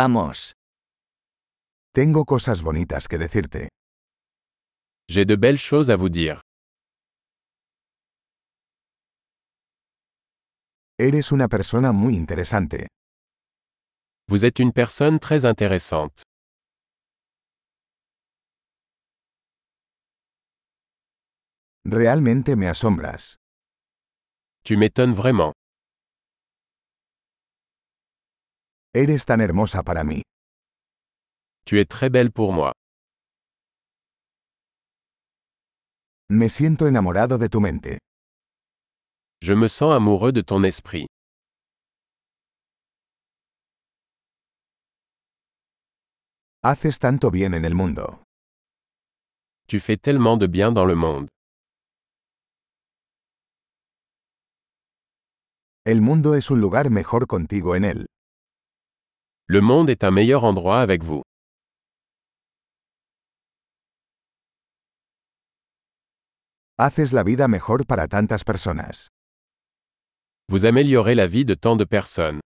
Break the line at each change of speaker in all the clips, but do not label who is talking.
Vamos.
Tengo cosas bonitas que decirte.
J'ai de belles choses à vous dire.
Eres una persona muy interesante.
Vous êtes une personne très intéressante.
Realmente me asombras.
Tu m'étonnes vraiment.
Eres tan hermosa para mí.
Tu es très belle pour moi.
Me siento enamorado de tu mente.
Je me sens amoureux de ton esprit.
Haces tanto bien en el mundo.
Tu fais tellement de bien dans le monde.
El mundo es un lugar mejor contigo en él.
Le monde est un meilleur endroit avec vous.
Haces la vida mejor para tantas personas.
Vous améliorez la vie de tant de personnes.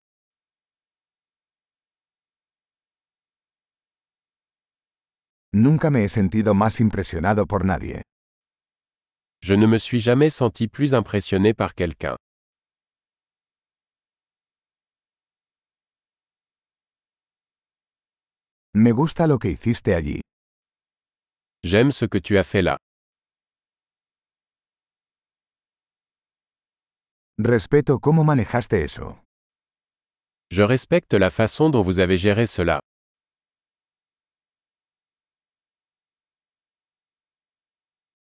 Nunca me he sentido más impresionado por nadie.
Je ne me suis jamais senti plus impressionné par quelqu'un.
Me gusta lo que hiciste allí.
J'aime ce que tu as fait là.
Respeto cómo manejaste eso.
Je respecte la façon dont vous avez géré cela.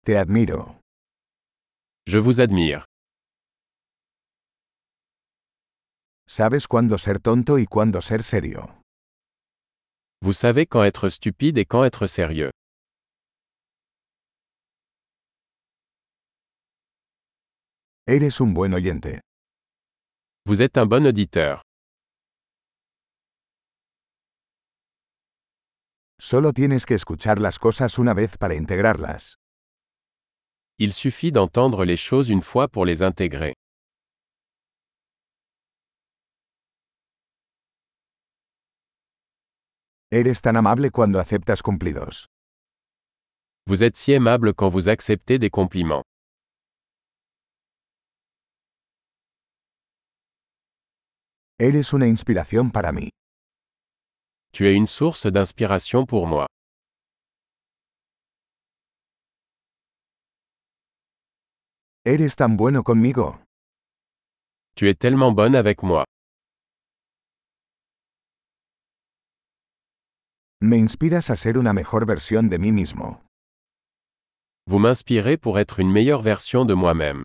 Te admiro.
Je vous admire.
Sabes cuándo ser tonto y cuándo ser serio.
Vous savez quand être stupide et quand être sérieux.
Eres un buen oyente.
Vous êtes un bon auditeur.
Solo tienes que escuchar las cosas una vez para integrarlas.
Il suffit d'entendre les choses une fois pour les intégrer.
Eres tan amable cuando aceptas cumplidos.
Vous êtes si aimable quand vous acceptez des compliments.
Eres una inspiración para mí.
Tu es une source d'inspiration pour moi.
Eres tan bueno conmigo.
Tu es tellement bonne avec moi.
Me inspiras a ser una mejor versión de mí mismo.
Vous m'inspirez pour être une meilleure version de moi-même.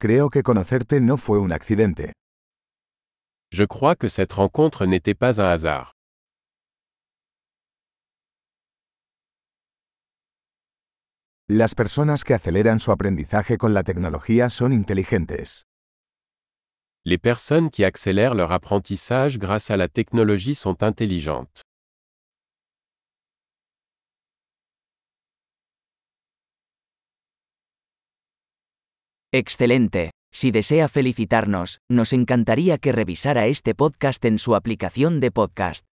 Creo que conocerte no fue un accidente.
Je crois que cette rencontre n'était pas un hasard.
Las personas que aceleran su aprendizaje con la tecnología son inteligentes.
Les personnes qui accélèrent leur apprentissage grâce à la technologie sont intelligentes.
Excelente. Si desea felicitarnos, nos encantaría que revisara este podcast en su aplicación de podcast.